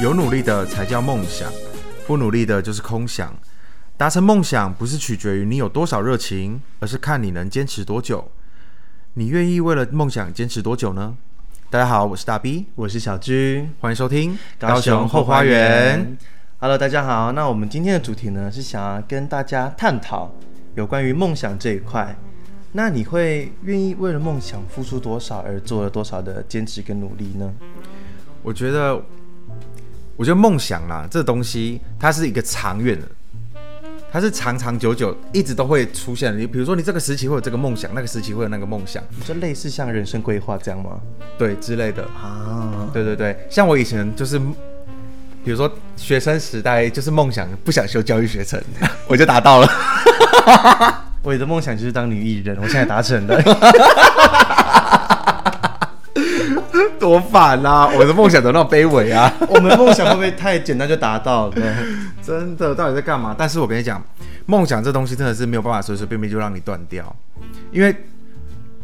有努力的才叫梦想，不努力的就是空想。达成梦想不是取决于你有多少热情，而是看你能坚持多久。你愿意为了梦想坚持多久呢？大家好，我是大 B，我是小居，欢迎收听高雄后花园。。 Hello，大家好。那我们今天的主题呢，是想要跟大家探讨有关于梦想这一块。那你会愿意为了梦想付出多少，而做了多少的坚持跟努力呢？我觉得，我觉得梦想啦，这东西它是一个长远的，它是长长久久，一直都会出现的。你比如说，你这个时期会有这个梦想，那个时期会有那个梦想，就类似像人生规划这样吗？对之类的。啊，对对对，像我以前就是，比如说学生时代就是梦想不想修教育学 程，我就达到了。我的梦想就是当女艺人，我现在达成 了。 多烦啊！我的梦想怎么那么卑微啊？我们梦想会不会太简单就达到了？真的，到底在干嘛？但是我跟你讲，梦想这东西真的是没有办法随随便便就让你断掉，因为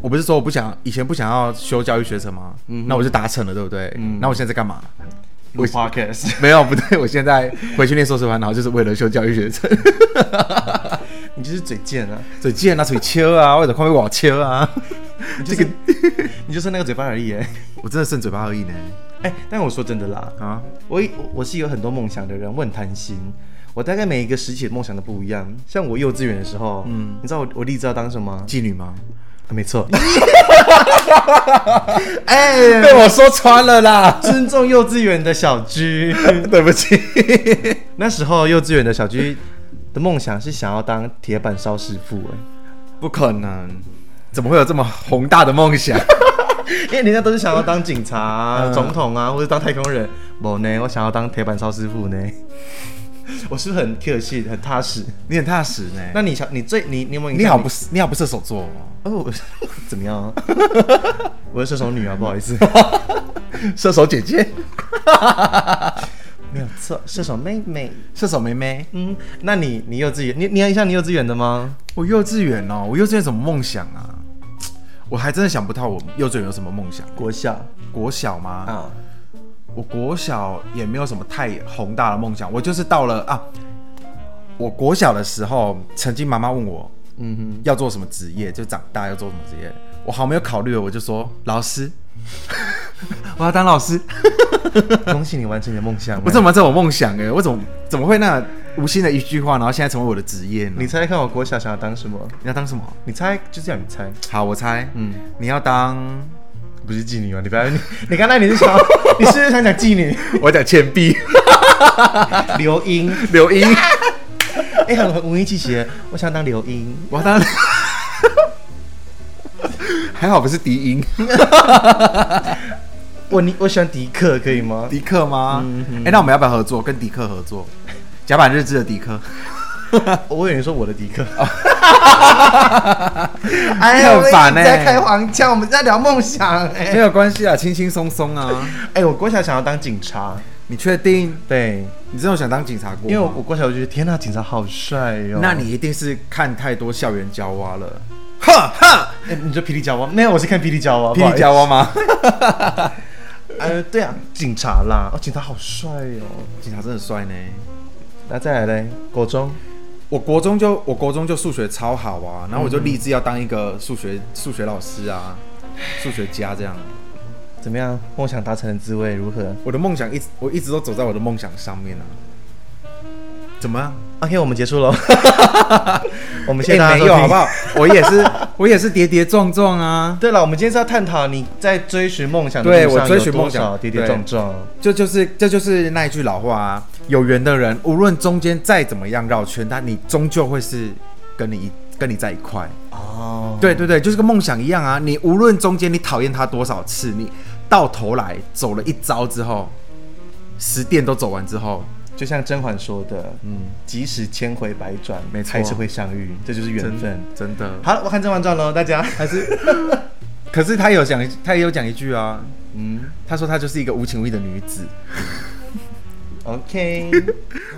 我不是说我不想以前不想要修教育学程吗？那我就达成了，对不对？那我现在在干嘛？录 podcast， 没有，不对，我现在回去念硕士班，然后就是为了修教育学程。 你就是嘴贱啊！嘴贱啊，嘴切啊，或者快被我切啊，这个你就是那个嘴巴而已耶。我真的剩嘴巴而已呢。哎、但我说真的啦，啊，我我我是有很多梦想的人，我很贪心。我大概每一个时期的梦想都不一样。像我幼稚园的时候，嗯，你知道我我立志要当什么吗？妓女吗？啊没 错，，哎、 被我说穿了啦尊重幼稚园的小居。 对不起。那时候幼稚园的小居的梦想是想要当铁板烧师傅、哎，不可能，怎么会有这么宏大的梦 想？因为人家都是想要当警察、啊、总统啊，或者当太空人。我呢，我想要当铁板烧师傅呢。 我是不是很客气、很踏实？你很踏实呢。那你想，你最你你有没有？你好不，是，你好不射手座哦，哦，我 怎么样、啊？我是射手女啊，不好意思，射手姐姐，没有错，射手妹妹。射手妹妹。嗯，那你你幼稚园，你你印象你幼稚园的吗？我幼稚园哦，我幼稚园什么梦想啊？我还真的想不到我幼稚园有什么梦想。国校国小吗？啊，我国小也没有什么太宏大的梦想，我就是到了啊，我国小的时候，曾经妈妈问我嗯哼，要做什么职业，就长大要做什么职业，我好没有考虑哦，我就说老师， 我要当老师。恭喜你完成你的梦想。我怎么这种梦想哎、我怎么怎么会那无心的一句话，然后现在成为我的职业呢？哎你猜猜看，我国小想要当什么？你要当什么？你猜，就这样，你猜，好，我猜，嗯嗯，你要当，不是妓女啊吗？你不哎要，你你刚才你是想， 你是不是想讲妓女？我讲倩碧、刘英， 刘英，哎、很很文艺气息耶。我想当刘英，我要 当，还好不是迪英，我你我喜欢迪克，可以吗？迪克吗？哎、嗯那我们要不要合作？跟迪克合作，甲板日志的迪克。我以为你说我的迪 克。哎呀很烦我们一直欸在开黄腔，我们在聊梦想哎、没有关系啊，轻轻松松啊。哎、我国小想要当警察， 你确定？对，你真的有想当警察过吗？啊因为我我国小就觉得天呐，警察好帅哟、那你一定是看太多校园娇娃了。哼哼，哎、你说霹雳娇娃？没有，我是看霹雳娇娃。霹雳娇娃吗？不好意思，呃，对啊，警察啦，哦，警察好帅哟、 警察真的帅呢。那再来嘞，国中，我国中就我国中就数学超好啊，然后我就立志要当一个数学数学老师啊，数学家这样。怎么样？梦想达成的滋味如何我的梦想一直我一直都走在我的梦想上面啊。怎么啊样？ ？OK，我们结束喽。 我们谢谢大家哎收没有听好不？好？ 我也是我也是跌跌撞撞啊，对了，我们今天是要探讨你在追寻梦想的对路上我追寻有多梦想少跌跌对撞撞。这就是这就是那一句老话啊，有缘的人无论中间再怎么样绕圈，但你终究会是跟你一跟你在一块。哦，对对对，就是跟梦想一样啊！你无论中间你讨厌他多少次，你到头来走了一遭之后，十店都走完之后，就像甄嬛说的，嗯，即使千回百转，没错还是会相遇，这就是缘分。真的。好了，我看《甄嬛传》喽，大家。还 是，可是他有讲，他也有讲一句啊，嗯他说他就是一个无情无义的女子。 ，OK，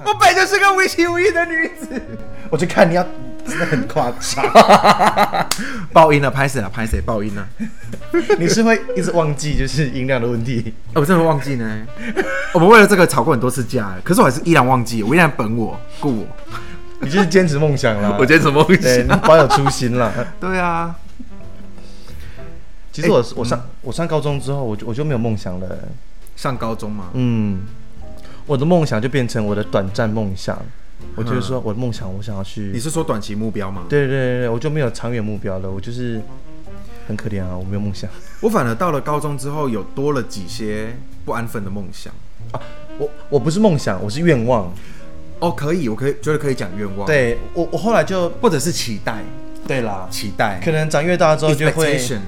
我本就是个无情无义的女 子。我就看你要真的很夸张。爆音了，拍谁了？拍谁？爆音了。你是会一直忘记就是音量的问 题。哎、我真的会忘记呢。我们为了这个吵过很多次架，可是我还是依然忘记，我依然本我故我。你就是坚持梦想啦，我坚持梦对，你想。保有初 心啦。对啊，其实我、我上我上高中之后，我就我就没有梦想了。上高中嘛，嗯，我的梦想就变成我的短暂梦想。我就是说，我的梦想，我想要去你。是说短期目标吗？对对对对，我就没有长远目标了。我就是很可怜啊，我没有梦想。我反而到了高中之后，有多了几些不安分的梦想。我我不是梦想，我是愿望。哦，可以，我可以觉得可以讲愿望，，对我我后来就或者是期待，对啦，期待，可能长越大之后就会 expectation，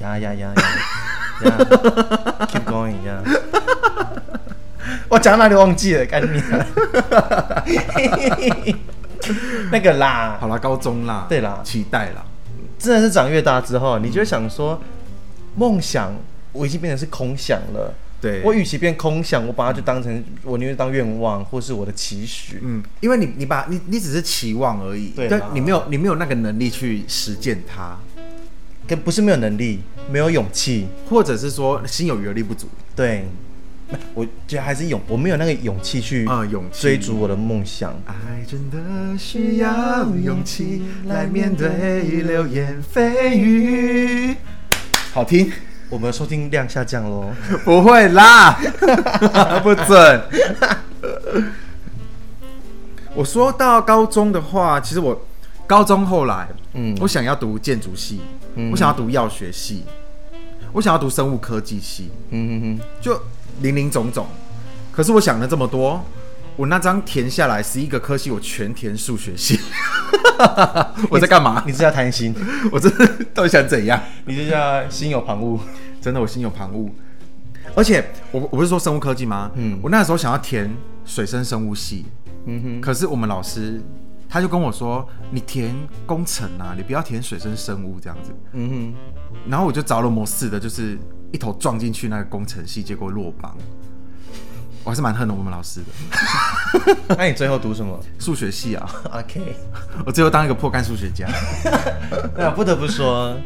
呀呀呀呀呀，keep going 呀。我讲到哪里忘记了？干你啊！那个啦，好啦，高中啦，对啦期待啦，真的是长越大之后，你就会想说，梦想我已经变成是空想了。对，我与其变空想，我把它就当成我宁愿当愿望，或是我的期许。嗯，因为你你把你你只是期望而已，对啦但你没有你没有那个能力去实践它，跟不是没有能力，没有勇气，或者是说心有余而力不足，对，我觉得还是勇，我没有那个勇气去啊勇气追逐我的梦想。爱真的需要勇气来面对流言蜚语。好听？我们的收听量下降喽。不会 啦，不准。我说到高中的话，其实我高中后来，嗯我想要读建筑系，嗯我想要读药学系，我想要读生物科技系， 嗯嗯就零零总总。可是我想了这么多，我那张填下来十一个科系，我全填数学系。 我在干嘛嗯，？ 你这叫贪心，我真的到底想怎样？你这叫心有旁骛。真的，我心有旁骛。而且我我不是说生物科技吗？嗯嗯，我那时候想要填水生生物系，嗯哼，可是我们老师他就跟我说：“你填工程啊，你不要填水生生物这样子。嗯”然后我就着了魔似的，就是一头撞进去那个工程系，结果落榜。我还是蛮恨我们老师的哼，那你最后读什么数学系啊， ？OK，我最后当一个破干数学家。 那啊不得不说，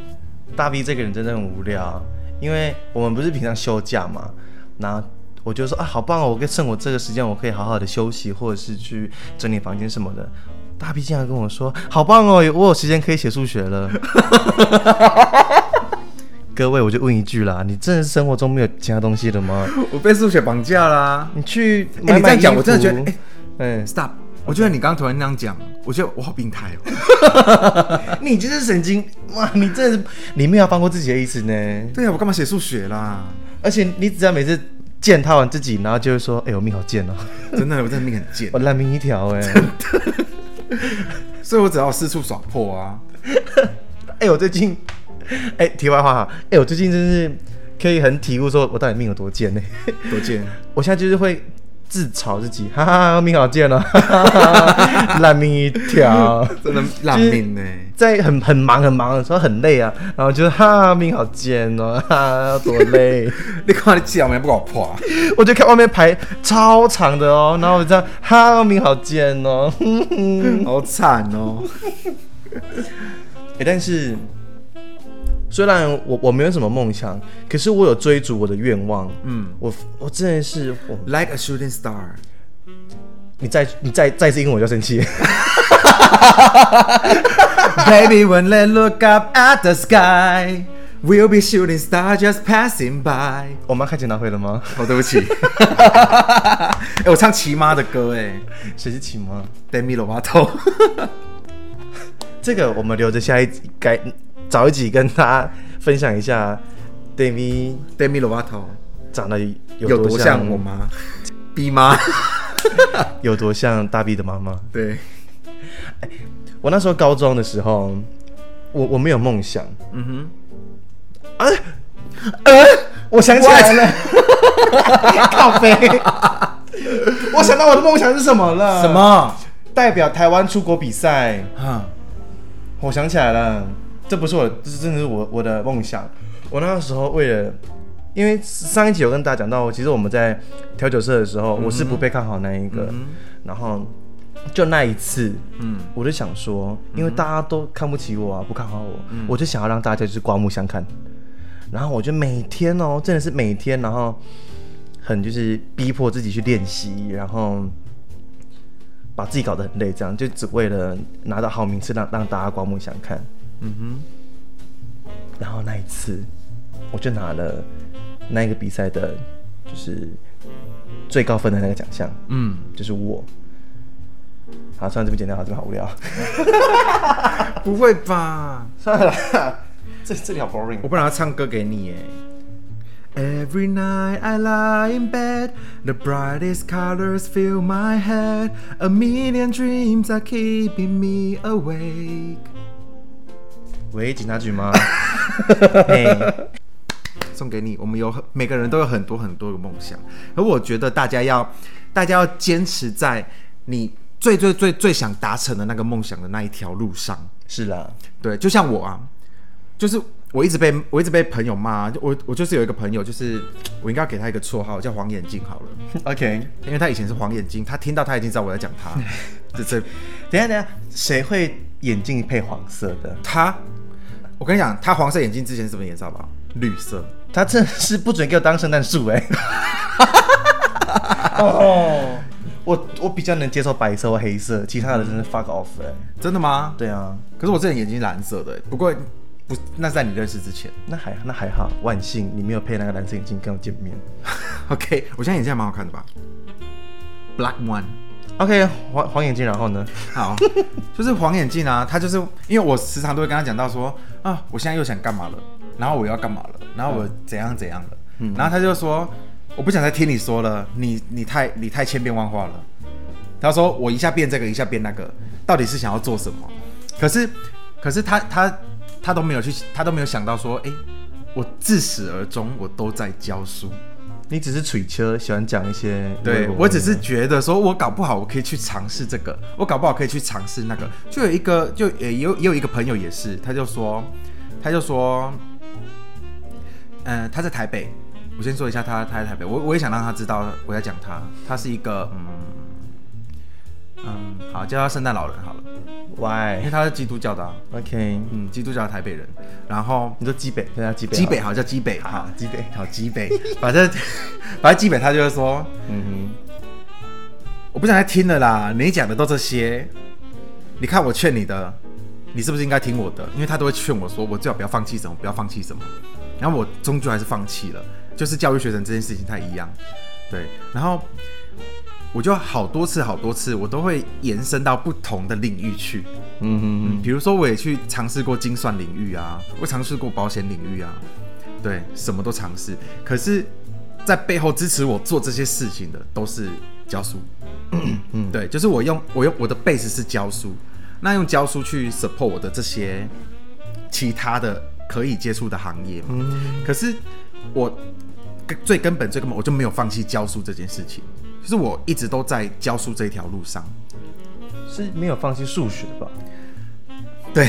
大 B 这个人真的很无聊，因为我们不是平常休假嘛，然后我就说啊，好棒哦，我可以趁我这个时间，我可以好好的休息，或者是去整理房间什么的。大 B 竟然跟我说，好棒哦，我有时间可以写数学 了。各位，我就问一句啦，你真的是生活中没有其他东西了吗？我被数学绑架啦、你去你买买、这样讲我真的觉得哎嗯， Stop！我觉得你刚刚突然那样讲，我觉得我好病态哦。 你就是神经哇！你真的是哎你没有放过自己的意思呢。对啊，我干嘛写数学啦？而且你只要每次践踏完自己，然后就会说：“哎、我命好贱 哦，真的，我真的命很 贱我，烂命一条哎、所以我只要四处耍破啊。哎、我最近，哎、题外话哈，哎、我最近真是可以很体悟说我到底命有多贱呢、 多贱！我现在就是会自嘲自己，哈哈，命好 贱哦，哈哈哈烂命一条。真的烂命呢、在很很忙很忙的时候很累啊，然后就是哈哈命好贱哦，哈哈多累，你看你脚没不搞破、啊， 我就看外面排超长的哦，然后我就这样哈哈命好贱哦， 哼哼。好惨哦！哎、但是虽然我我没有什么梦想，可是我有追逐我的愿望。嗯我我真的是我， ，Like a shooting star，你再你再再次因为我就生气。 Baby, when they look up at the sky, we'll be shooting star just passing by。我们要开检讨会了吗？ 哦，对不起。 哎、我唱奇妈的歌哎谁是秦吗？ ，Demi Lovato。 这个我们留着下一集，该找一集跟大家分享一下 d a m i Demi Lovato 长得有有多像我妈逼妈？有多像大 B 的妈妈。 对，我那时候高中的时候，我我没有梦想。嗯哼。我想起来了， 靠背。我想到我的梦想是什么了？什？么？代表台湾出国比赛。啊，我想起来了，这不是我，这真的是我我的梦想。我那个时候为了，因为上一集有跟大家讲到，其实我们在调酒社的时候，我是不被看好那一个，然后就那一次，嗯，我就想说，因为大家都看不起我啊，不看好我，我就想要让大家就是刮目相看。然后我就每天哦，真的是每天，然后很就是逼迫自己去练习，然后把自己搞得很累，这样就只为了拿到好名次让让大家刮目相看。嗯然后那一次，我就拿了那一个比赛的，就是最高分的那个奖项，哼，嗯，就是我。好，算了，这么简单，好，这边好无聊，不会吧？ 算了啦，这这里好 boring 我。本来要唱歌给你耶。Every night I lie in bed, the brightest colors fill my head. A million dreams are keeping me awake. 喂，警察 局吗？嘿，送给你，我们有很每个人都有很多很多个梦想，而我觉得大家要，大家要坚持在你最最最最想达成的那个梦想的那一条路上。是啦，对，就像我啊，就是我一直被我一直被朋友骂，就我我就是有一个朋友，就是我应该要给他一个绰号叫黄眼镜好了， OK，因为他以前是黄眼镜，他听到他已经知道我在讲他，这这等一下等一下，谁会眼镜配黄色的？他，我跟你讲，他黄色眼镜之前是什么颜色吧？绿色。他真的是不准给我当圣诞树 哎！哦，我我比较能接受白色或黑色，其他的真的 fuck off 哎、真的吗？对啊，可是我之前眼睛蓝色的，不过不，那是在你认识之前。 那还那还好，万幸你没有配那个蓝色眼镜跟我见面。 OK，我现在眼镜还蛮好看的吧？Black one。 OK，黄黄眼镜，然后呢？好， 就是黄眼镜啊，他就是因为我时常都会跟他讲到说啊，我现在又想干嘛了，然后我又要干嘛了，然后我怎样怎样了，然后他就说我不想再听你说了，你你太你太千变万化了。他说我一下变这个，一下变那个，到底是想要做什么？可是可是他他他都没有去，他都没有想到说，哎、我自始而终我都在教书。你只是嘴车，喜欢讲一些对我只是觉得说，我搞不好我可以去尝试这个，我搞不好可以去尝试那个。就有一个，就也有也有一个朋友也是，他就说，他就说，嗯、他在台北。我先说一下他，他在台北，我我也想让他知道我在讲他，他是一个嗯嗯，好叫他圣诞老人好了，因为 why 他是基督教的、啊， OK，嗯，基督教的台北人，然后你说基北，对啊，基北，基北好叫基北，好，好好，基北，好基北，反正 反正基北他就是说，嗯我不想再听了啦，你讲的都这些，你看我劝你的，你是不是应该听我的？因为他都会劝我说，我最好不要放弃什么，不要放弃什么。然后我终究还是放弃了，就是教育学生这件事情太一样，对。然后我就好多次、好多次，我都会延伸到不同的领域去，哼，嗯哼哼，比如说我也去尝试过精算领域啊，我尝试过保险领域啊，对，什么都尝试。可是，在背后支持我做这些事情的都是教书，嗯，对，就是我用我用我的 base 是教书，那用教书去 support 我的这些其他的可以接触的行业嘛。可是我根最根本最根本我就没有放弃教书这件事情，就是我一直都在教书这条路上。是没有放弃数学吧？ 对，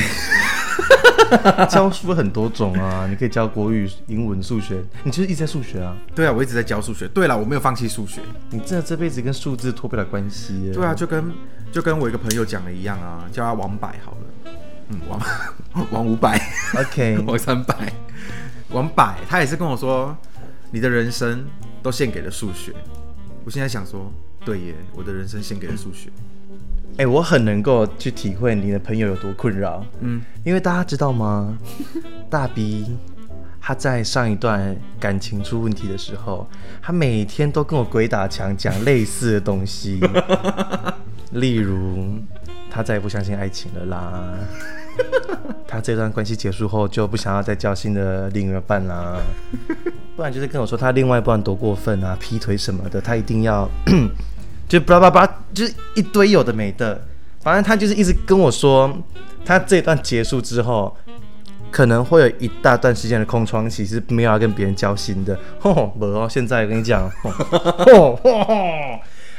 教书很多种啊， 你可以教国语、英文、数学，你就是一直在数学啊。对啊，我一直在教数学。对了，我没有放弃数学。你真的这辈子跟数字脱不了关系耶。对啊，就跟就跟我一个朋友讲的一样啊，叫他王百好了，嗯，王 王五百， ，OK， 王三百，王百，他也是跟我说，你的人生都献给了数学。我现在想说，对耶，我的人生献给了数 学。哎、我很能够去体会你的朋友有多困扰，嗯，因为大家知道吗？ 大 B 他在上一段感情出问题的时候，他每天都跟我鬼打墙，讲类似的东西，例如他再也不相信爱情了啦。他这段关系结束后就不想要再交新的另一半啦，不然就是跟我说他另外一半多过分啊，劈腿什么的，他一定要 就巴拉巴拉，就是一堆有的没的，反正他就是一直跟我说，他这段结束之后。可能会有一大段时间的空窗期是没有要跟别人交心的，吼，没有哦。现在我跟你讲，吼吼吼吼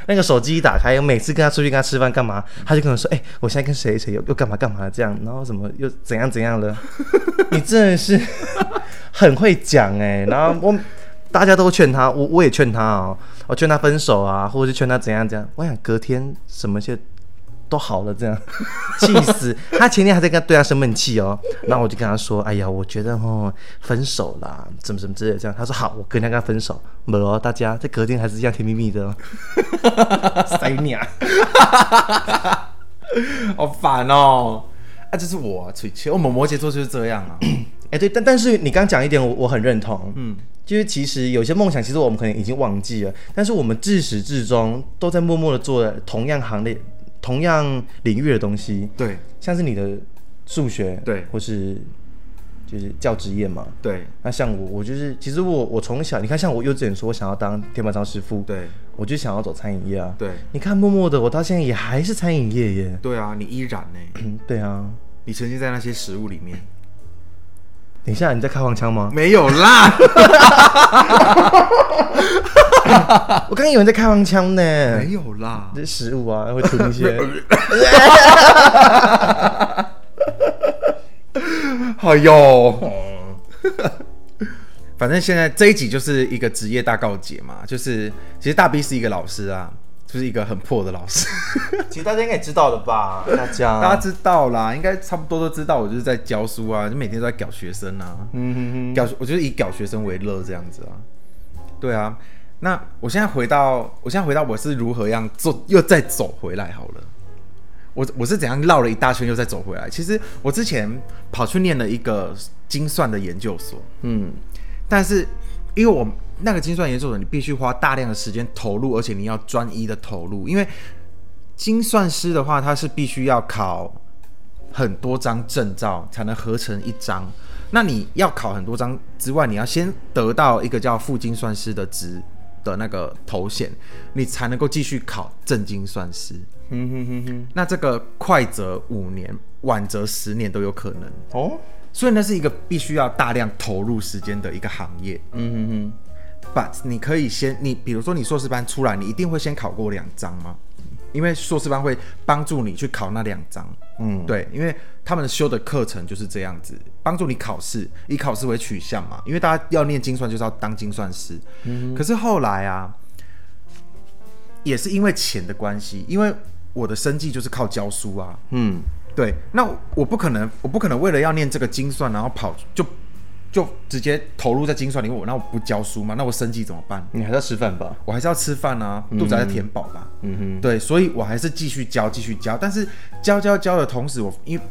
那个手机一打开，我每次跟他出去跟他吃饭干嘛，他就跟我说，哎、我现在跟谁谁又又干嘛干嘛这样，然后什么又怎样怎样了， 你真的是 很会讲哎、然后我大家都劝他，我我也劝他哦，我劝他分手啊，或者是劝他怎样怎样。我想隔天什么些都好了，这样气死。他前天还在跟对他生闷气哦，然后我就跟他说：“哎呀，我觉得哦，分手啦，怎么怎么之类的。”这样他说：“好，我跟他跟他分手。”没有哦，大家在隔天还是一样甜蜜蜜的哦。塞你啊！ 好烦哦！啊，这是我啊，翠翠，我们摩羯座就是这样啊。哎，对，但但是你刚讲一点我，我很认同，嗯，就是其实有些梦想，其实我们可能已经忘记了，但是我们自始至终都在默默的做同样行列、同样领域的东西， 对像是你的数学，对或是就是教职业嘛。对那像我，我就是其实我我从小，你看像我幼稚园说我想要当天板烧师傅，对我就想要走餐饮业啊。对你看默默的，我到现在也还是餐饮业耶。对啊，你依然呢、嗯，对啊。你沉浸在那些食物里面。等一下，你在开黄腔 吗？没有啦，我刚刚以为你在开黄腔呢。没有啦。这食物啊，会吞一 些。哎呦，哦反正现在这一集就是一个职业大告解嘛，就是其实大 B 是一个老师啊，就是一个很破的老师，其实大家应该也知道的 吧？大家，大家知道啦，应该差不多都知道，我就是在教书啊，就每天都在搞学生啊，嗯哼哼，搞我就是以搞学生为乐这样子啊，对啊。那我现在回到，我现在回到我是如何样做，又再走回来好了。我我是怎样绕了一大圈又再走回来？其实我之前跑去念了一个精算的研究所，嗯，但是因为我那个精算研究所，你必须花大量的时间投入，而且你要专一的投入，因为精算师的话，他是必须要考很多张证照才能合成一张。那你要考很多张之外，你要先得到一个叫副精算师的职的那个头衔，你才能够继续考正精算师。哼嗯哼哼哼，那这个快则五年，晚则十年都有可能，哦，所以那是一个必须要大量投入时间的一个行业。嗯哼哼， but 你可以先，你比如说你硕士班出来，你一定会先考过两张吗？因为硕士班会帮助你去考那两张，嗯，对，因为他们修的课程就是这样子，帮助你考试，以考试为取向嘛。因为大家要念精算，就是要当精算师。可是后来啊，也是因为钱的关系，因为我的生计就是靠教书啊，嗯，对，那我不可能，我不可能为了要念这个精算，然后跑就就直接投入在精算里面，我那我不教书嘛，那我生计怎么办？你还在吃饭吧？我还是要吃饭啊，肚子还是填饱吧。嗯哼，对，所以我还是继续教，继续教。但是教教教的同时我，因为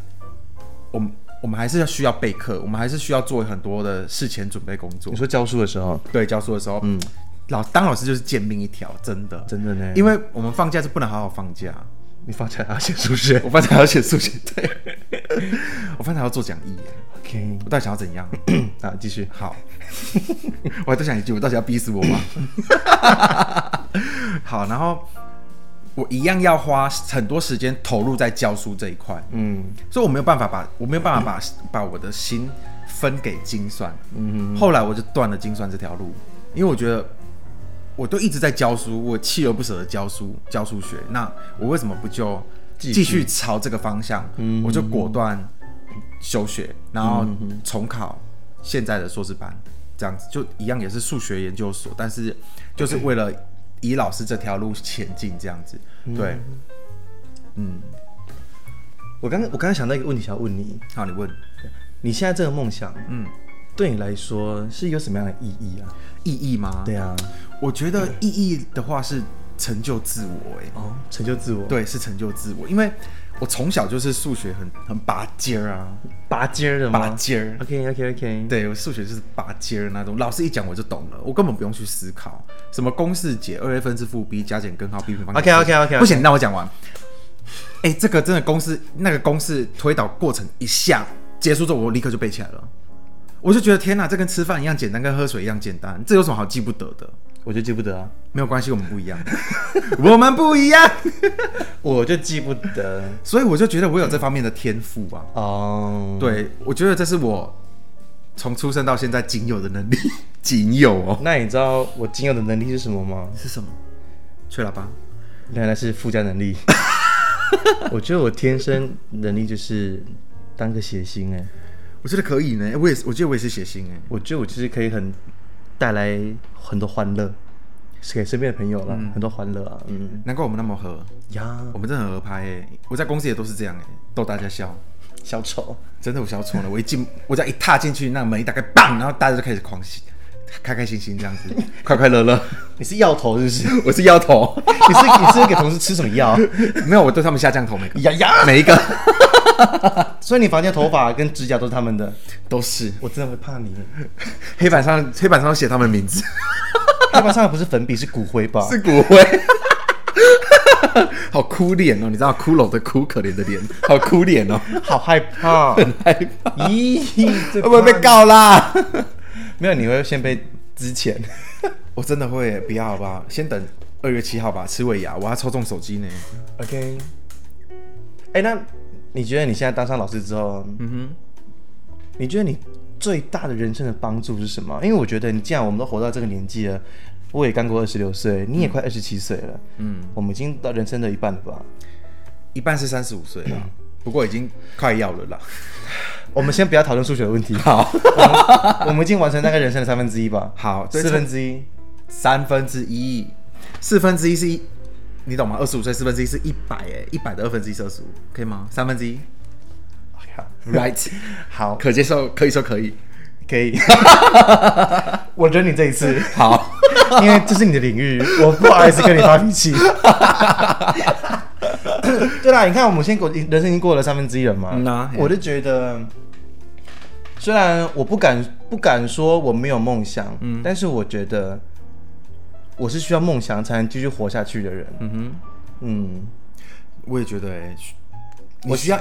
我们我们还是要需要备课，我们还是需要做很多的事前准备工作你。说教书的时候，对，教书的时候，嗯，老当老师就是贱命一条，真的，真的呢因为我们放假是不能好好放假，你放假还要写数学我放假还要写数学， 对， 我放假还要做讲义耶。 ，OK，我到底想要怎样？啊，继续，好， 我还在想一句，我到底要逼死我吗？ 好，然后我一样要花很多时间投入在教书这一块，嗯所以我没有办法把我没有办法把把我的心分给精算。嗯，后来我就断了精算这条路，因为我觉得我都一直在教书，我锲而不舍的教书教数学，那我为什么不就继续嗯继续朝这个方向？我就果断休学，然后重考现在的硕士班，这样子就一样也是数学研究所，但是就是为了以老师这条路前进，这样子。对，嗯，我刚刚我刚刚想到一个问题想要问你，好，你问。你现在这个梦想，嗯，对你来说是有什么样的意义啊？意义吗？对啊，我觉得意义的话是成就自我、欸，哦，成就自我，，对，是成就自我，因为我从小就是数学很很拔尖儿啊，拔尖儿的吗？拔尖儿， ，OK OK OK，，对我数学就是拔尖儿那种，老师一讲我就懂了，我根本不用去思考什么公式解二 a 分之负 b 加减根号 b 平方。 OK，OK，OK，OK 不行，让我讲完。哎、这个真的公式，那个公式推导过程一下结束之后，我立刻就背起来了。我就觉得天哪，这跟吃饭一样简单，跟喝水一样简单，这有什么好记不得的？我就记不得啊，没有关系，我们不一样，我们不一样。我就记不得，所以我就觉得我有这方面的天赋啊。 哦，对，我觉得这是我从出生到现在仅有的能力， 仅有哦。那你知道我仅有的能力是什么吗？是什么？吹喇叭？原来是附加能力。我觉得我天生能力就是当个谐星哎，我觉得可以呢，我欸也是，我觉得我也是谐星哎。我觉得我就是可以很带来很多欢乐，给身边的朋友啦，很多欢乐啊，嗯难怪我们那么合，呀，我们真的很合拍哎、我在公司也都是这样哎、逗大家笑。小丑，真的我小 丑了，我一进，我只要一踏进去，那门一打开，棒，然后大家就开始狂喜，开开心心这样子， 快快乐乐。你是药头是不是？我是摇头，你是你是给同事吃什么药？ 没有，我对他们下降头每个，呀呀！每一个所以你房间头发跟指甲都是他们的， 都是我真的会怕你。黑板上黑板上都写他们名字黑板上不是粉笔是骨灰吧？是骨灰， 好哭脸哦，你知道骷髅的哭，可怜的脸，好哭脸 哦，好害 怕，害怕咦，会会不会被？告啦？没有，你会先被之前。 我真的会，不要好不好？先等二月七号吧，吃尾牙，我要抽中手机呢。 OK。哎、那你觉得你现在当上老师之后，嗯你觉得你最大的人生的帮助是什么？因为我觉得你既然我们都活到这个年纪了，我也刚过二十六岁，你也快二十七岁了，哼，嗯，我们已经到人生的一半了吧？一半是三十五岁了，不过已经快要了啦。我们先不要讨论数学的问题，好， 我们已经完成大概人生的三分之一吧？好对四分之一。三分之一，四分之一是一，你懂吗？二十五岁四分之一是一百，哎，一百的二分之一是二十五，可以吗？三分之一 OK，好，right，好，可接受，可以说可以。可 以。我忍你这一次。好，因为这是你的领域，我不好意思跟你发脾 气。对啦，你看我们现在过人生已经过了三分之一了嘛，嗯啊我就觉得，虽然我不敢不敢说我没有梦想，但是我觉得我是需要梦想才能继续活下去的人。嗯哼，嗯，我也觉得、哎，我需要，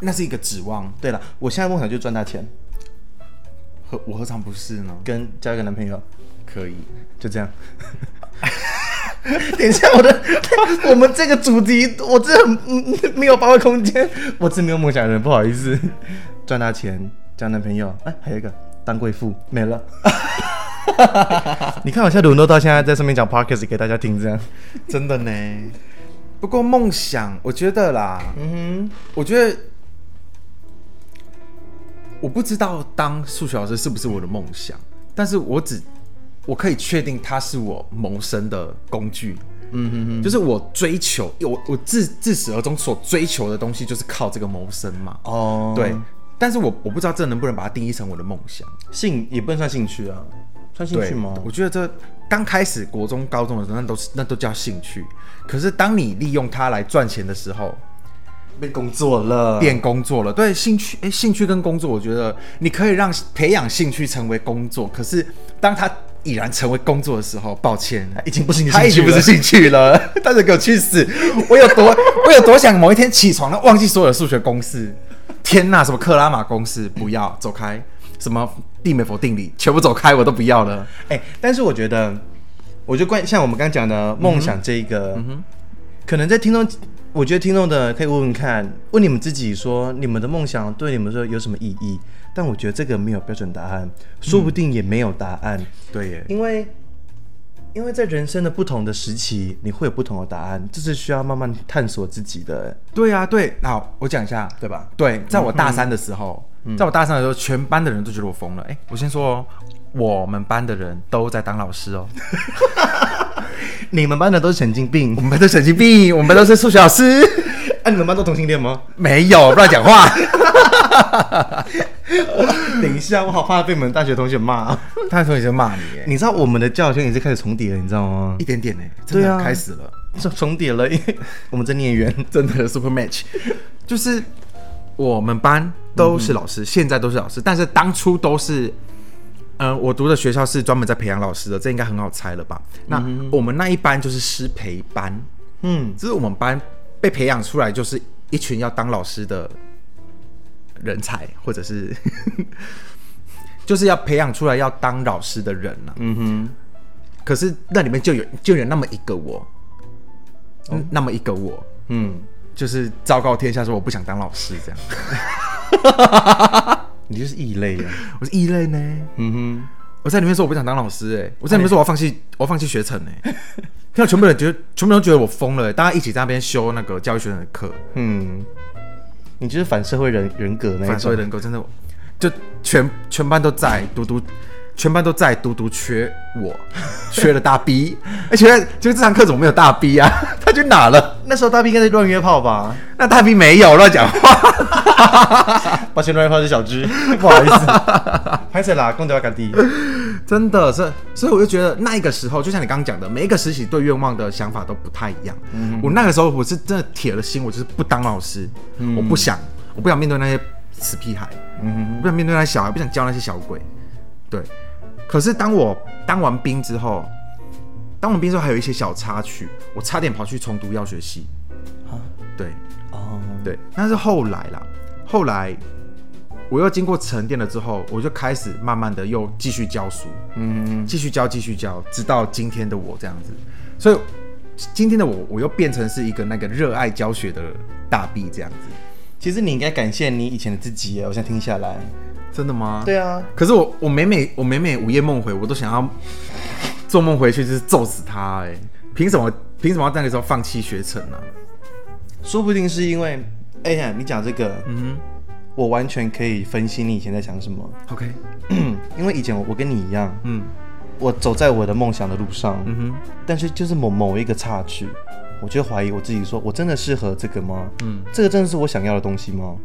那是一个指望，对了，我现在梦想就是赚大钱，何我何尝不是呢？跟交一个男朋友，可以，就这样。 等一下，我的， 我们这个主题，我真的很 嗯没有发挥空间，我真没有梦想的人，不好意思。赚大钱，交男朋友，哎，还有一个当贵妇，没了。 你看，我现在沦落到现在在上面讲 podcast 给大家听，这样。真的呢。不过梦想，我觉得啦，嗯我觉得我不知道当数学老师是不是我的梦想，但是我只我可以确定它是我谋生的工具，哼，嗯哼哼。就是我追求我我自自始而终所追求的东西就是靠这个谋生嘛。哦，对，，但是我我不知道这能不能把它定义成我的梦想。兴也不能算兴趣啊，算兴对趣吗？我觉得这刚开始国中、高中的时候，那都是那都叫兴趣。可是当你利用它来赚钱的时候，嗯变工作了，变工作了。对，兴趣，哎、兴趣跟工作，我觉得你可以让培养兴趣成为工作，可是当它已然成为工作的时候，抱歉，已经不是你的它已经兴趣不了是兴趣了。 大家给我去死！我有多，我有多想某一天起床了，忘记所有的数学公式。天呐，什么克拉玛公式，不要走开。什么地美否定理，全部走开，我都不要了。哎、但是我觉得，我就关像我们刚刚讲的梦想这一个，可能在听众，我觉得听众的可以问问看，问你们自己说，你们的梦想对你们说有什么意义？但我觉得这个没有标准答案，说不定也没有答案，对耶，因为因为在人生的不同的时期，你会有不同的答案，这是需要慢慢探索自己的，对啊，对，好，我讲一下，对吧？对，在我大三的时候，在我大三的时候，全班的人都觉得我疯了。哎、我先说哦，我们班的人都在当老师哦，你们班的都是神经病我，们班都神经病，我们班都是数学老师， 啊，你们班都同性恋 吗？ 没有乱讲话。等一下，我好怕被你们大学同学 骂。 他的同学就骂你，哎，你知道我们的教学已经开始重叠了，你知道吗？一点点呢，真对的啊开始了，重重叠了，因为我们在孽缘。真的 super match，就是我们班都是老师，现在都是老师，但是当初都是。嗯、我读的学校是专门在培养老师的，这应该很好猜了吧？那我们那一班就是师培班，嗯，就是我们班被培养出来就是一群要当老师的人才，或者是 就是要培养出来要当老师的人了、嗯哼，可是那里面就有就有那么一个我，嗯那么一个我，嗯，就是昭告天下说我不想当老师这样。 你就是异类啊。我是异类呢，嗯我在里面说我不想当老师、欸，哎，我在里面说我要放弃，我要放弃学程、欸，哎，看到全部人觉得全部人都觉得我疯了、欸大家一起在那边修那个教育学程的课，哼，嗯，你就是反社会人人格那一种。反社会人格真的，就全全班都在，独独全班都在，独独缺我，缺了大 B。而且就这堂课怎么没有大 B 啊？ 他去哪了？那时候大 B 应该在乱约炮吧？那大 B 没有乱讲话。抱歉，乱约炮是小芝， 不好意思，拍摄啦，公主要赶地。真的是，所以我就觉得那一个时候，就像你刚刚讲的，每一个实习对愿望的想法都不太一样。我那个时候我是真的铁了心，我就是不当老师，我不想，我不想面对那些死屁孩，我不想面对那些小孩，不想教那些小鬼。对，可是当我当完兵之后，当完兵之后还有一些小插曲，我差点跑去重读药学系。啊对哦，对，但是后来啦，后来我又经过沉淀了之后，我就开始慢慢的又继续教书。嗯，继续教，继续教，直到今天的我这样子。所以今天的我，我又变成是一个那个热爱教学的大 B 这样子。其实你应该感谢你以前的自己耶，我现在听下来。真的吗？。对啊，可是我，我每每我每每午夜梦回，我都想要做梦回去，就是揍死他、哎，凭什么？凭什么要在那个时候放弃学程呢、啊？说不定是因为，哎呀，你讲这个，嗯我完全可以分析你以前在想什么，嗯哼，OK，因为以前我我跟你一样，嗯我走在我的梦想的路上，嗯哼，但是就是某某一个插曲，我就怀疑我自己说，我真的适合这个吗？嗯，这个真的是我想要的东西吗？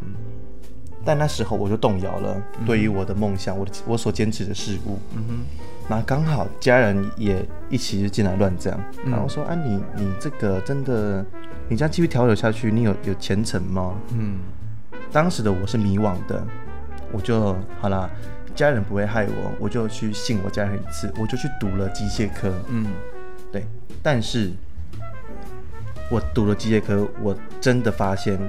但那时候我就动摇了，对于我的梦想，我的我所坚持的事物，嗯哼，那刚好家人也一起进来乱讲，嗯然后说啊你你这个真的，你这样继续调流下去，你有有前程吗？嗯当时的我是迷惘的，我就好啦，家人不会害我，我就去信我家人一次，我就去读了机械科，嗯对，但是我读了机械科，我真的发现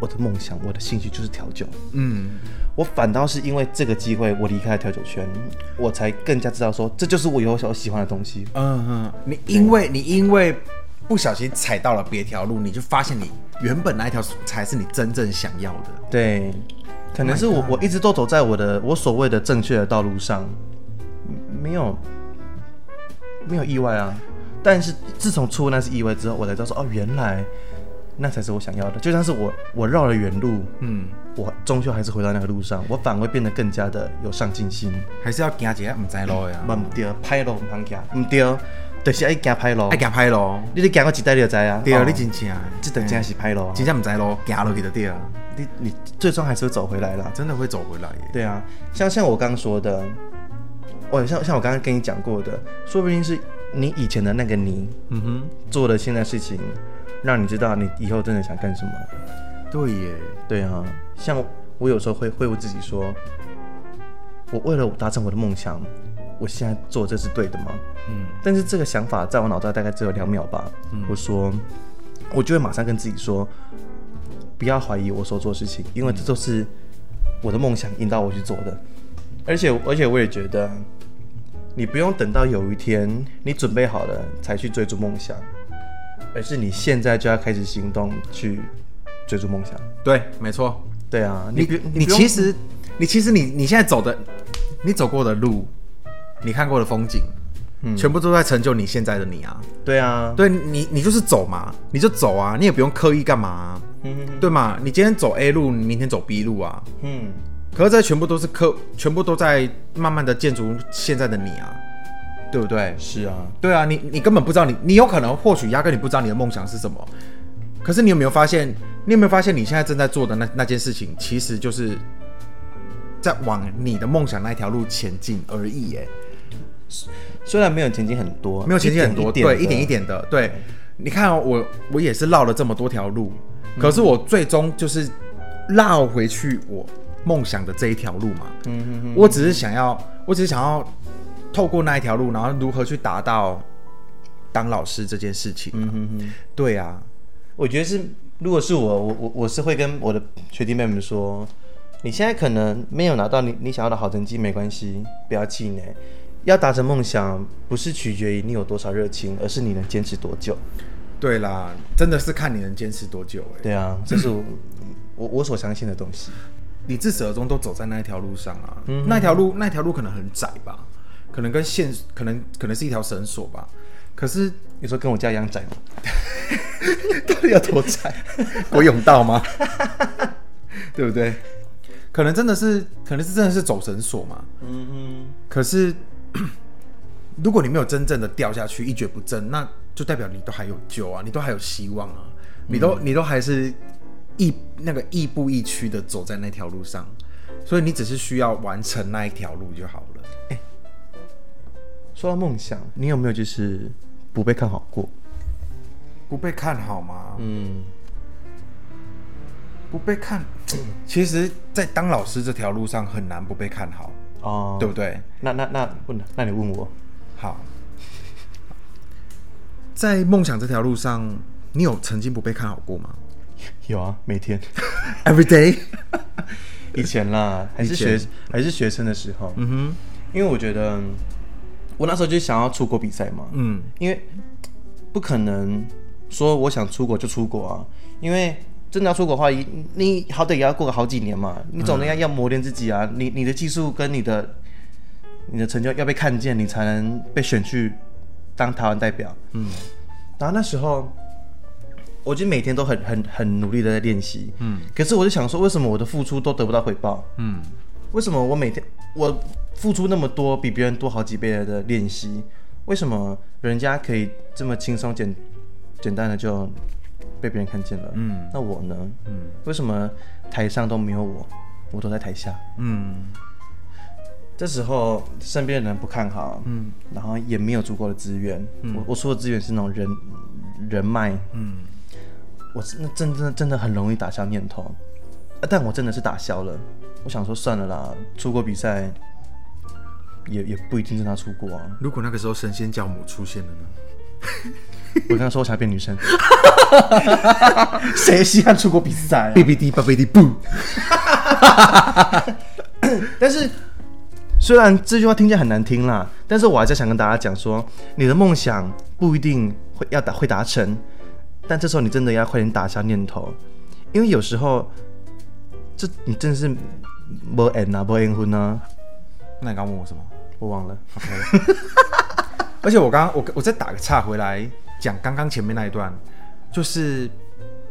我的梦想，我的兴趣就是调酒。嗯，我反倒是因为这个机会，我离开了调酒圈，我才更加知道说，这就是我以后所喜欢的东西。嗯嗯，你因为你因为不小心踩到了别条路，你就发现你原本那一条才是你真正想要的。对，可能是我我一直都走在我的我所谓的正确的道路上，嗯没有没有意外啊。但是自从出那次意外之后，我才知道说，哦，原来那才是我想要的。就像是我我绕了远路，嗯，我终究还是回到那个路上，我反而会变得更加的有上进心。还是要行一个唔知路的啊，嘛唔对，歹路唔通行，唔对，就是爱哎行歹路爱。行歹路，你咧行过一代你就知啊。对，哦你真正，这等真的是歹路啊。真正唔知路，行落去就对了，你你最终还是会走回来啦。真的会走回来耶。对啊，像像我刚刚说的，哦，像像我刚刚跟你讲过的，说不定是你以前的那个你嗯哼，做的现在事情，让你知道你以后真的想干什么。对耶，对啊，像我有时候会会问自己说，我为了达成我的梦想，我现在做这是对的吗？嗯但是这个想法在我脑袋大概只有两秒吧。我说，我就会马上跟自己说，不要怀疑我所做的事情，因为这都是我的梦想引导我去做的。而且，而且我也觉得，你不用等到有一天你准备好了才去追逐梦想，而是你现在就要开始行动去追逐梦想。对，没错。对啊，你不你不用其实你其实你你现在走的，你走过的路，你看过的风景，全部都在成就你现在的你啊。对啊，对你，你就是走嘛，你就走啊，你也不用刻意干嘛啊、对嘛？你今天走 A 路，你明天走 B 路啊。嗯，可是这全部都是刻，全部都在慢慢的建筑现在的你啊，对不对？是啊，对啊，你你根本不知道你，你有可能或许压根你不知道你的梦想是什么。可是你有没有发现，你有没有发现你现在正在做的那那件事情，其实就是在往你的梦想那一条路前进而已、耶。虽然没有前进很多，没有前进很多，一点对，一点的一，点的，对。你看、哦、我，我也是绕了这么多条路，嗯可是我最终就是绕回去我梦想的这一条路嘛。嗯哼哼，我只是想要，我只是想要透过那一条路，然后如何去达到当老师这件事情。嗯哼哼。对啊，我觉得是，如果是我，我我我是会跟我的学弟妹们说，你现在可能没有拿到你你想要的好成绩，没关系，不要气馁。要达成梦想，不是取决于你有多少热情，而是你能坚持多久。对啦，真的是看你能坚持多久哎、对啊，这是我我我所相信的东西。你自始而终都走在那一条路上啊。嗯那条路，那条路可能很窄吧，可能跟线，可能可能是一条绳索吧。可是你说跟我家一样窄吗？ 到底要多窄？我泳道吗？对不对？可能真的是，可能是真的是走绳索嘛。嗯可是 如果你没有真正的掉下去，一蹶不振，那就代表你都还有救啊，你都还有希望啊，你都、你都还是亦那个亦步亦趋的走在那条路上，所以你只是需要完成那一条路就好了。哼，说到梦想，你有没有就是不被看好过？不被看好吗？嗯，不被看， 其实，在当老师这条路上很难不被看好，哦，对不对？那那那问，那你问我，好，在梦想这条路上，你有曾经不被看好过吗有啊，每天， ？Every day，以前啦，还是以前学还是学生的时候，嗯哼，因为我觉得嗯我那时候就想要出国比赛嘛，嗯，因为不可能说我想出国就出国啊，因为真的要出国的话，一你好歹也要过个好几年嘛，你总得要要磨练自己啊，嗯你你的技术跟你的你的成就要被看见，你才能被选去当台湾代表。嗯，然后那时候。我就每天都很很很努力的在练习，嗯，可是我就想说，为什么我的付出都得不到回报？嗯，为什么我每天我付出那么多，比别人多好几倍的练习，为什么人家可以这么轻松简简单的就被别人看见了？嗯，那我呢？嗯，为什么台上都没有我，我都在台下？嗯，这时候身边的人不看好，嗯，然后也没有足够的资源。我我说的资源是那种人人脉，嗯，我真的真的真的很容易打消念头，啊但我真的是打消了。我想说算了啦，出国比赛也也不一定真的要出 国啊。如果那个时候神仙教母出现了呢？我跟他说我想要变女生， 谁稀罕出国比赛啊？哔哔滴吧哔滴不，但是虽然这句话听起来很难听啦，但是我还是想跟大家讲说，你的梦想不一定会要达会达成，但这时候你真的要快点打消念头，因为有时候这你真的是没缘啊，没缘分啊，那你刚刚问我什么？我忘了。而且我刚刚我我再打个岔回来讲刚刚前面那一段，就是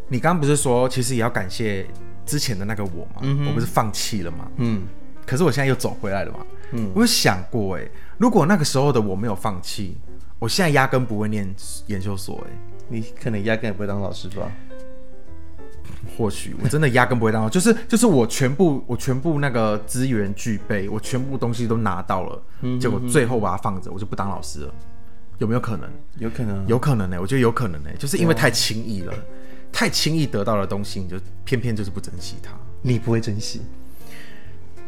你刚刚不是说其实也要感谢之前的那个我嘛，我不是放弃了嘛，嗯可是我现在又走回来了嘛，嗯我有想过哎、如果那个时候的我没有放弃，我现在压根不会念研究所哎、你可能压根也不会当老师吧？或许我真的压根不会当到， 就是就是我全部我全部那个资源具备，我全部东西都拿到了，结果最后把它放着，我就不当老师了，有没有可能？有可能啊，有可能欸呢、我觉得有可能呢、就是因为太轻易了，太轻易得到的东西，你就偏偏就是不珍惜它。你不会珍惜，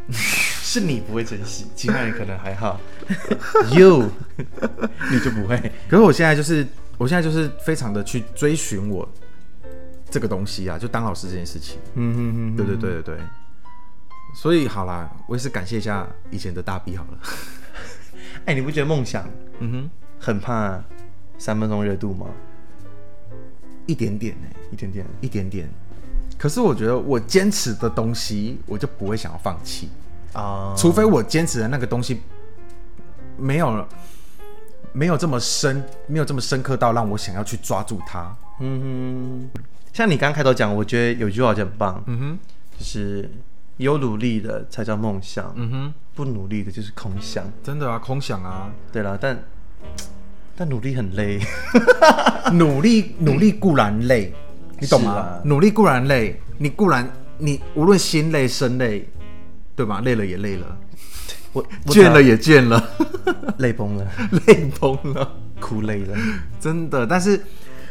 是你不会珍惜，其他人可能还 好，you 你就不会。可是我现在就是，我现在就是非常的去追寻我这个东西啊，就当老师这件事情。嗯嗯对对对对对。所以好啦，我也是感谢一下以前的大 B 好了。嗯，哎，你不觉得梦想嗯哼，很怕三分钟热度吗？一点点呢、一点点，一点点。可是我觉得我坚持的东西，我就不会想要放弃，啊、除非我坚持的那个东西没有没有这么深，没有这么深刻到让我想要去抓住它。嗯哼，像你刚开头讲，我觉得有句话就很棒，嗯哼，就是有努力的才叫梦想，嗯哼，不努力的就是空想。真的啊，空想啊，对啦，但但努力很累，努力努力固然累，你懂吗？是啊努力固然累，你固然你无论心累身累，对吧？累了也累了，我 我倦了也倦了，累崩了，累崩了。哭累了。真的。但是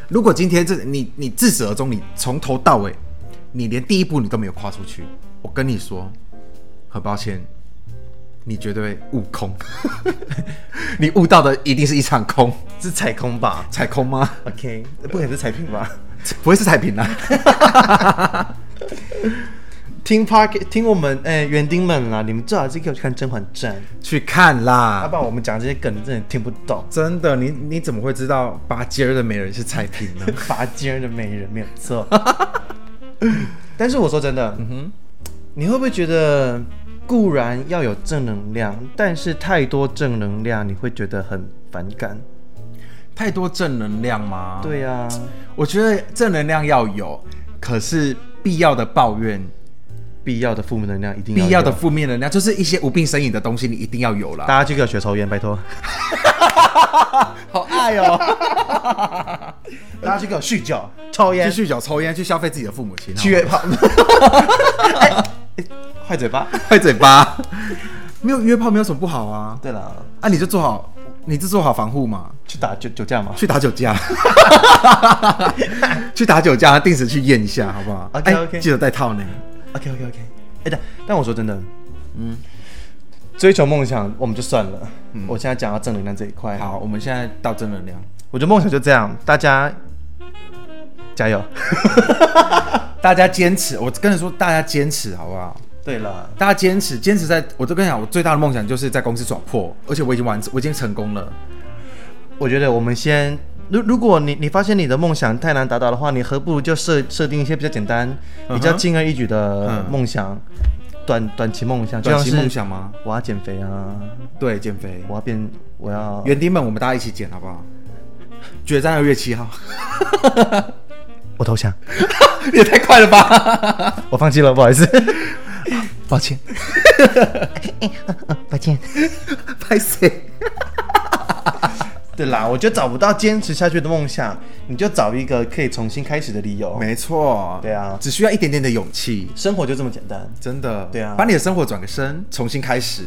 如果今天这你你自始而终，你从头到尾，你连第一步你都没有跨出去，我跟你说，很抱歉，你绝对悟空， 你悟到的一定是一场空，是踩空吧踩空吗？ ？OK，不可能是踩平吧？不会是踩 平啊？听 Park，听我们哎、园丁们啦，你们最好是给我去看《甄嬛传》，去看要啦！不然我们讲这些梗真的听不懂。真的，你你怎么会知道拔尖儿的美人是踩平呢？拔尖的美人没有错。但是我说真的，嗯你会不会觉得固然要有正能量，但是太多正能量你会觉得很反感？ 太多正能量吗？对啊，我觉得正能量要有，可是必要的抱怨必要的负面能量一定必要的有啊负面能量，就是一些无病呻吟的东西，你一定要有大啦。家就给我学抽烟，拜托。 好爱哦、 大家去给我酗酒、抽去，酗酒、抽烟，去消费自己的父母亲，去约炮。 哎哎坏嘴巴。坏嘴巴。没有约炮没有什么不好啊，对了，啊，你就做好，你就做好防护嘛，去打酒酒驾嘛。去打酒 驾，去打酒驾，定时去验一下，好不好 OK，OK 哎记得戴套呢。 OK OK OK。哎，但但我说真的，嗯，追求梦想我们就算了。我现在讲到正能量这一块，嗯好，我们现在到正能量，我觉得梦想就这样，大家加油。大家坚持，我跟你说，大家坚持好不好？对了，大家坚持，坚持在，我都跟你讲，我最大的梦想就是在公司闯破，而且我已经完，我已经成功了。我觉得我们先。如如果你你发现你的梦想太难达到的话，你何不如就设设定一些比较简单、比较嗯哼轻而易举的嗯梦想，短短期梦想，就短像期是梦想吗？我要减肥啊，对，减肥。我要变，我要园丁们，我们大家一起减好不好？决战二月七号， 我投降，也太快了吧！我放弃了，不好意思，抱歉，抱歉。拍谁？对啦，我就找不到坚持下去的梦想，你就找一个可以重新开始的理由。没错，对啊只需要一点点的勇气，生活就这么简单。真的。对啊把你的生活转个身，重新开 始，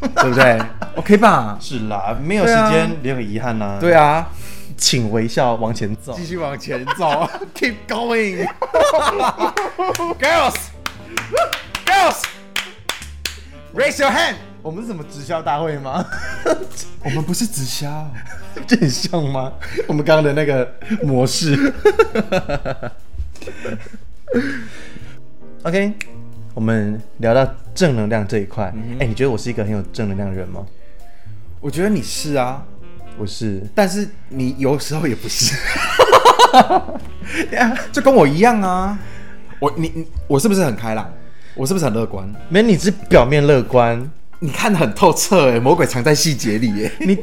对不对？OK 吧？ 是啦，没有时对间也很遗憾呐、对，啊，请微笑往前走。继续往前走 ，Keep going ，Girls，Girls。Raise your hand！我们是什么直销大会吗？我们不是直销， 这很像吗？我们刚刚的那个模式。OK，我们聊到正能量这一块。哎、你觉得我是一个很有正能量的人吗？我觉得你是啊，我是。但是你有时候也不 是，就跟我一样啊。我你你我是不是很开朗？我是不是很乐观？没，你是表面乐观，你看得很透彻哎、魔鬼藏在细节里耶、你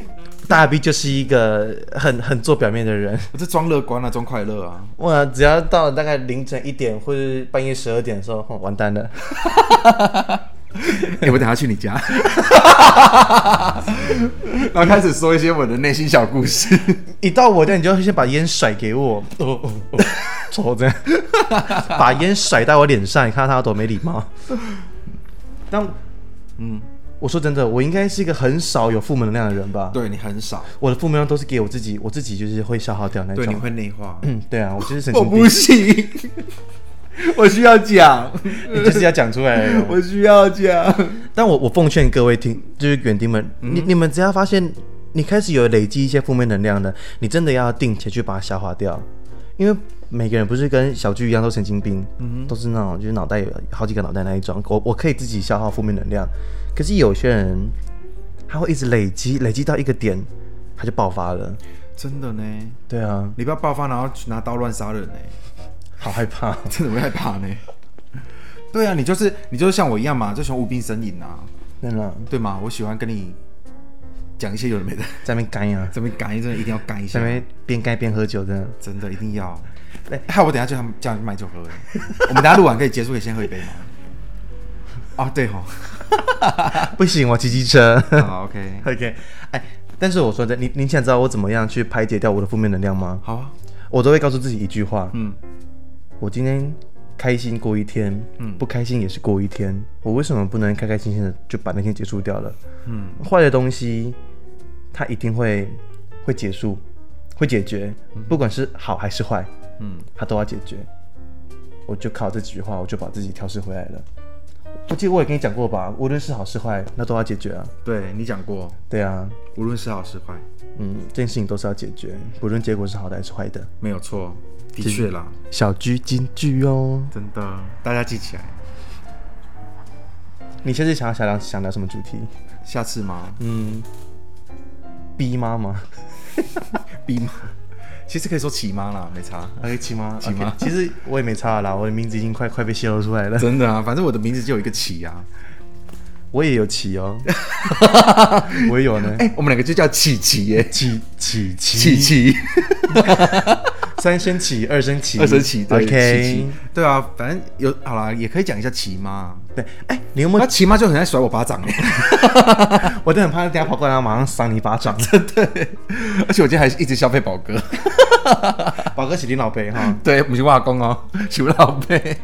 大 B 就是一个很很做表面的人。我是装乐观啊，装快乐 啊。哇，只要到了大概凌晨一点或者半夜十二点的时候，哼完蛋了。哎、我等下去你 家，然后开始说一些我的内心小故事。一到我家，你就先把烟甩给我，哦哦哦，抽这样，把烟甩到我脸上，你看他多没礼貌。但，嗯，我说真的，我应该是一个很少有负能量的人吧？对你很少，我的负能量都是给我自己，我自己就是会消耗掉那对你种。会内化。嗯，对啊，我就是神我经病，不行，我需要讲，你就是要讲出来而已。我需要讲。但我我奉劝各位听，就是园丁们，你你们只要发现你开始有累积一些负面能量的，你真的要定期去把它消化掉，因为每个人不是跟小巨一样都神经病，都是那种就是脑袋有好几个脑袋那一种。我我可以自己消耗负面能量，可是有些人他会一直累积，累积到一个点，他就爆发了。真的呢，对啊，你不要爆发，然后拿刀乱杀人呢、好害怕。 真的会害怕呢。对啊，你就是你就是像我一样嘛，就喜欢无病呻吟啊， 真的啊，对吗？我喜欢跟你讲一些有的没的，在那边干呀、这边干真的一定要干一在下那，边边干边喝酒，真的。真的一定要。哎害我等一下叫他们叫你去买酒喝欸。我们等一下录完可以结束，可以先喝一杯吗？哦，对吼，啊不行，我骑机车。 好，OK， OK，哎，但是我说真的，你你想知道我怎么样去排解掉我的负面能量吗？好啊，我都会告诉自己一句话：嗯，我今天开心过一天，嗯，不开心也是过一天。我为什么不能开开心心的就把那天结束掉了？嗯，坏的东西它一定会会结束，会解决，不管是好还是坏，嗯，它都要解决。我就靠这几句话，我就把自己调试回来了。我记得我也跟你讲过吧，无论是好是坏，那都要解决啊。对你讲过，对啊，无论是好是坏，嗯，这件事情都是要解决，不论结果是好的还是坏的。没有错，的确啦，小居金句哦，真的，大家记起来。你现在想要想聊想聊什么主题下次吗？逼妈妈，逼吗？其实可以说骑哎妈啦，没差。可以骑吗？骑吗啊 OK，其实我也没差啦，我的名字已经快快被泄露出来 了。真的啊，反正我的名字就有一个骑啊。我也有骑哦，我也哎有呢。哎、我们两个就叫琪琪耶，骑骑骑琪，琪，三升起，二升起，二升起对，OK，起起对啊，反正有好啦，也可以讲一下骑妈。对，哎，你有没那有？骑妈就很爱甩我巴掌， 我真的很怕他等下跑过来，然后马上赏你一巴掌。而且我今天还一直消费宝 哥，宝哥起你老贝哈，对，不是我阿公哦，是我老妹，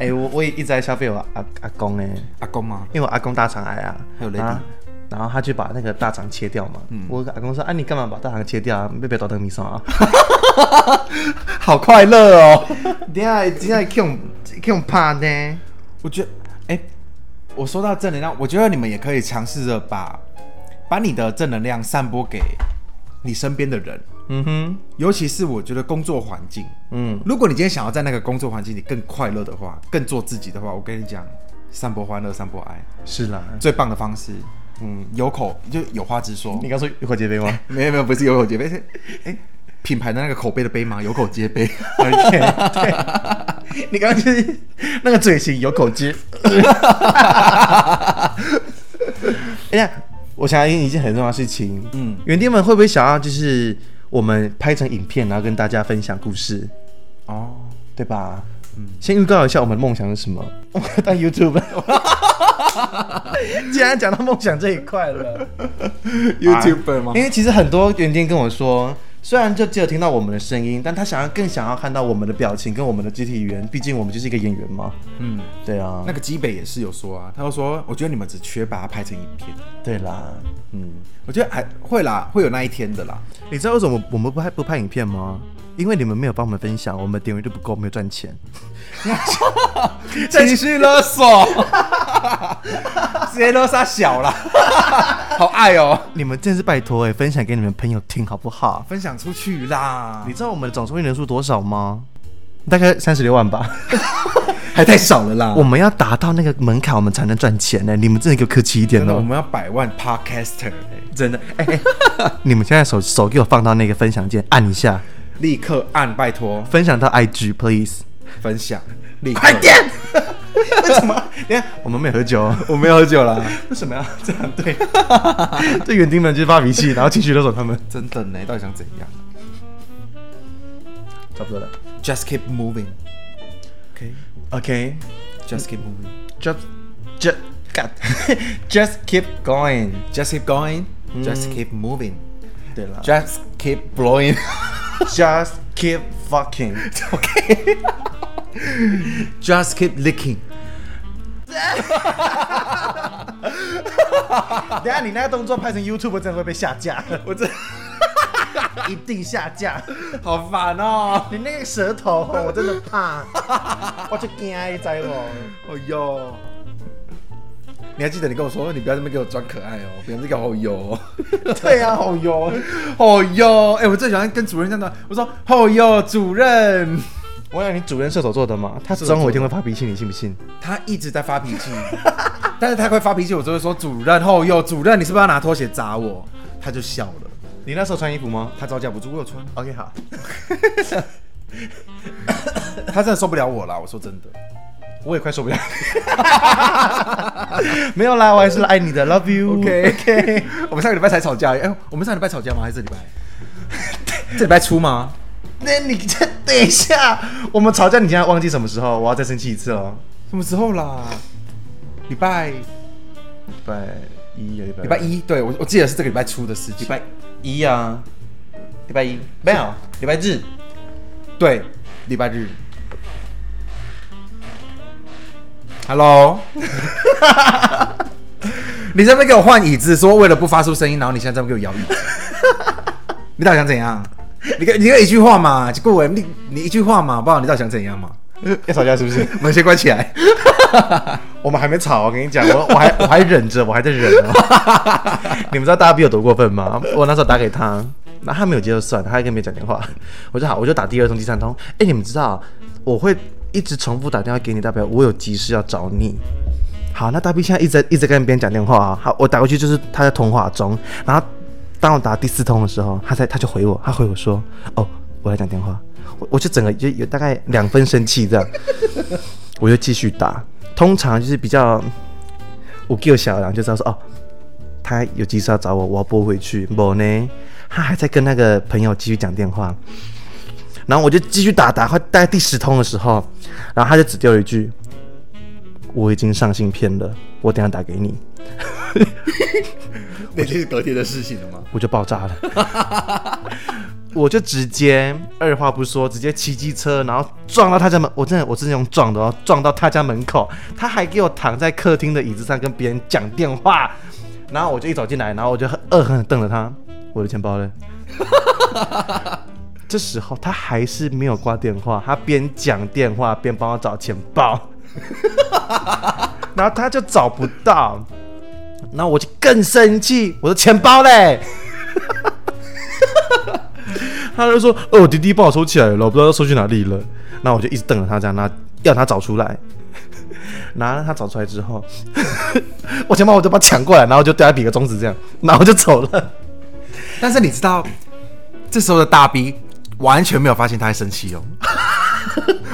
哎，我我也一直在消费我阿阿公哎，阿公嘛，因为我阿公大肠癌啊，还有雷迪啊然后他就把那个大肠切掉嘛。我阿公说：“啊，你干嘛把大肠切掉啊？别别倒腾米上啊！” 好快乐哦。等一下等一下，用用怕呢？ 我觉得，哎、我说到正能量，我觉得你们也可以尝试着把把你的正能量散播给你身边的人，嗯哼，尤其是我觉得工作环境，嗯，如果你今天想要在那个工作环境里更快乐的话，更做自己的话，我跟你讲，散播欢乐，散播爱，是啦。最棒的方式，嗯，有口就有话直说你，刚说有口皆碑 吗没有没有，不是有口皆碑，是哎、品牌的那个口碑的碑吗？有口皆碑。 ？OK，对，你刚刚就是那个嘴型有口皆。 哎呀，我想要一件很重要的事情，嗯，园丁们会不会想要就是我们拍成影片，然后跟大家分享故事？哦，对吧？嗯，先预告一下我们的梦想是什么？ 我要当 YouTube。既然讲到梦想这一块了啊 YouTuber 吗因哎为其实很多园丁跟我说，虽然就只有听到我们的声音，但他想要更想要看到我们的表情跟我们的肢体语言，毕竟我们就是一个演员嘛。嗯，对啊那，个基北也是有说啊，他就说，我觉得你们只缺把它拍成影片。对啦，嗯，我觉得还会啦，会有那一天的啦。你知道为什么我们不拍不拍影片吗？因为你们没有帮我们分享，我们点阅率不够，没有赚钱。情绪勒索， 直接勒杀小啦， 好爱哦。你们真是拜托哎、分享给你们朋友听好不好？分享出去啦你。知道我们的总收益人数多少吗？大概三十六万吧。还太少了啦 我们要达到那个门槛，我们才能赚钱呢、你们真的给我客气一点真的，我哦！们要百万 podcaster，、真的，哎、哎你们现在手手给我放到那个分享键，按一下，立刻按，拜托分享到 IG please。分享，立刻快！点！ 为什么？等一下我们没喝酒 哦、我没有喝酒啦，为什么要这样对？对园丁们就是发脾气，然后情绪勒索他们。真的呢，到底想怎样差不多了。 ？Just keep moving，OK，Just、 OK，just keep moving，Just just God, just keep going。 keep going，Just、keep moving，Just 对了 Mm. keep blowing， ，just keep fucking。 Just keep licking。等下你那个动作拍成 YouTube 真的会被下架， 我真一定下架。好烦哦！你那个舌头，我真的怕， 我就惊一灾哦。哦哟，你还记得你跟我说，你不要这么给我装可爱哦，不要这个哦 哟。对啊，好油。哦哟，哎、我最喜欢跟主任这样的，我说哦哟，主任，我想你主任射手座的嘛，他中午一定会发脾气，你信不信？他一直在发脾气， 但是他快发脾气，我就会说主任，哦哟，主任，你是不是要拿拖鞋砸我？他就笑了，你那时候穿衣服吗他招架不住，我有穿， ？OK，好。他真的受不了我啦，我说真的，我也快受不了。 没有啦，我还是爱你的，Love you。 OK OK，我们上个礼拜才吵架，哎、我们上个礼拜吵架吗？还是这礼拜？ 这礼拜出吗？那你这等一下，我们吵架，你现在忘记什么时候？我要再生气一次哦。什么时候啦？礼拜礼拜一，礼拜礼拜一，对我我记得是这个礼拜出的事情，礼拜一啊，礼拜一没有，礼拜日。对礼拜日。Hello，你在那边给我换椅子，说为了不发出声音，然后你现在在那边给我 摇椅子，你到底想怎样？你给你给一句话嘛，顾伟，你你一句话嘛，好不好？你到底想怎样嘛？呃要吵架是不是？门先关起来。我们还没吵，我跟你讲，我我还我还忍着，我还在忍哦。你们知道大 B 有多过分吗？我那时候打给他，那他没有接就算，了，他还跟别人讲电话，我就好，我就打第二通、第三通。哎、你们知道我会一直重复打电话给你，代表我有急事要找你。好，那大 B 现在一直在一直跟别人讲电话啊，好，我打过去就是他在通话中，然后当我打第四通的时候，他才他就回我，他回我说，哦，我来讲电话，我我就整个就有大概两分生气这样。我就继续打。通常就是比较我 Q 小狼就知道说哦，他有急事要找我，我要拨回去。我呢，他还在跟那个朋友继续讲电话。然后我就继续打打，快大概第十通的时候，然后他就只丢了一句：“我已经上芯片了，我等一下打给你。 那就是隔天的事情了吗”？我就爆炸了， 我就直接二话不说，直接骑机车，然后撞到他家门。我真的，我真的用撞的哦，撞到他家门口，他还给我躺在客厅的椅子上跟别人讲电话。然后我就一走进来，然后我就很恶狠狠瞪着他，我的钱包嘞。 这时候他还是没有挂电话，他边讲电话边帮我找钱包， 然后他就找不到，然后我就更生气，我的钱包嘞。他就说：“哦，我弟弟帮我收起来了，我不知道他收去哪里了。”然后我就一直瞪着他这样，然后要他找出来。 然后他找出来之后，我钱包我就把他抢过来，然后就对他比个中指这样，然后就走了。但是你知道，这时候的大 B 完全没有发现他在生 气哦，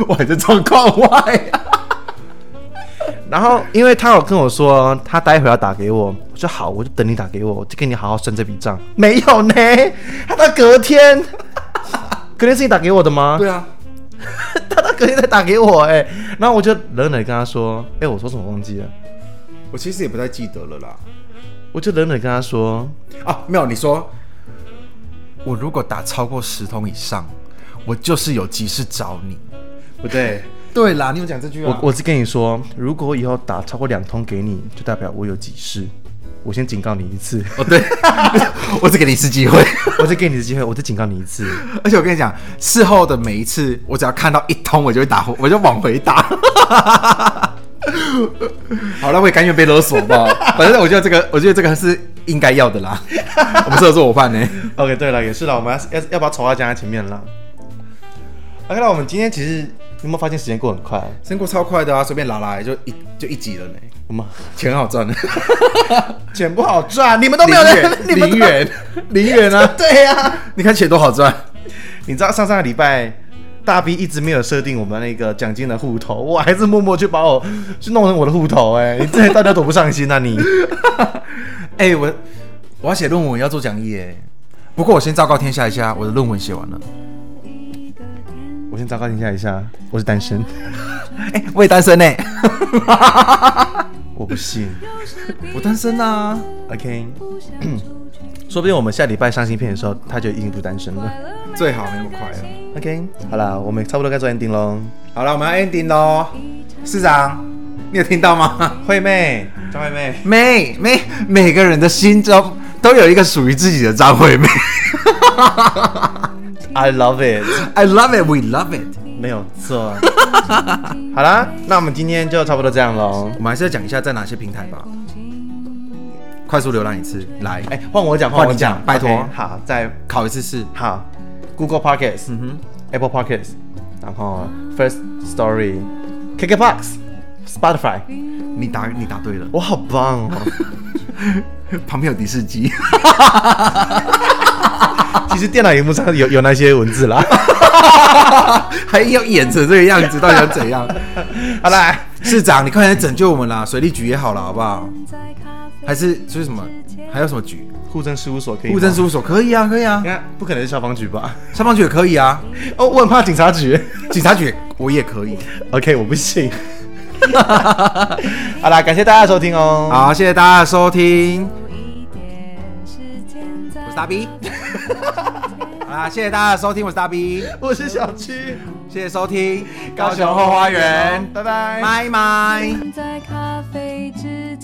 我还在状况外啊。然后因为他有跟我说他待会儿要打给我，我说好，我就等你打给我，我就跟你好好算这笔账。没有呢，他到隔天， 隔天是你打给我的吗？对啊，他到隔天才打给我哎、然后我就冷冷地跟他说，哎、我说什么忘记了？我其实也不太记得了啦。我就冷冷地跟他说，啊，没有，你说我如果打超过十通以上，我就是有急事找你。不对，对啦，你有讲这句我啊？我是跟你说，如果以后打超过两通给你，就代表我有急事。我先警告你一次， 哦，对， 我只给你一次机会。我再给你的机会，我再警告你一次。而且我跟你讲，事后的每一次，我只要看到一通，我就会打回，我就往回打。 好了，我也甘愿被勒索吧。反正我觉得这个，我觉得这个是应该要的啦。我们适合做伙伴呢、 OK，对了，也是了，我们要要要把丑话讲在前面了。OK，那我们今天其实有没有发现时间过很快？升过超快的啊，随便拉拉就一就一集了呢，我们钱好赚。钱不好赚，你们都没有人， 你们零都元，零元啊！对呀、你看钱多好赚，你知道上上个礼拜大 B 一直没有设定我们那个奖金的户头，我还是默默去把我去弄成我的户头、哎，你这大家都不上心啊 你！哎、我我要写论文，要做讲义哎。不过我先昭告天下一下，我的论文写完了。我先昭告天下一下，我是单身，哎、我也单身呢、我不信。我单身啊。 OK，说不定我们下礼拜上新片的时候，他就已经不单身了。最好没那么快啊了。 OK，好啦，我们差不多该做 ending 喽。好了，我们要 ending 喽。市长，你有听到 吗？惠妹，张惠妹。每每每个人的心中都有一个属于自己的张惠妹。 I love it， I love it, we love it。没有错。 好啦，那我们今天就差不多这样喽。我们还是要讲一下在哪些平台吧。快速浏览一次，来，哎，换我讲，换我你讲拜托 OK，好，再考一次试。好，Google Podcasts，、Apple Podcasts，然后 First Story、KKBox、Spotify，你答，你答对了，我好棒哦！旁边有迪士机。其实电脑荧幕上有有那些文字啦。 还要演成这个样子，到底想怎样？ 好啦，市长，你快点拯救我们啦！水利局也好了，好不好？还是就是什么？还有什么局？户政事务所可以吗，户政事务所可以啊，可以啊你，看不可能是消防局吧？ 消防局也可以啊，哦，我很怕警察局。警察局我也可以。 OK，我不信。 好啦，感谢大家的收听哦。好，谢谢大家的收听，我我是是大大 B B。 好啦，谢谢大家的收听，我是大 B，我是小七，谢谢收听高雄后花园，拜拜拜拜。在咖啡之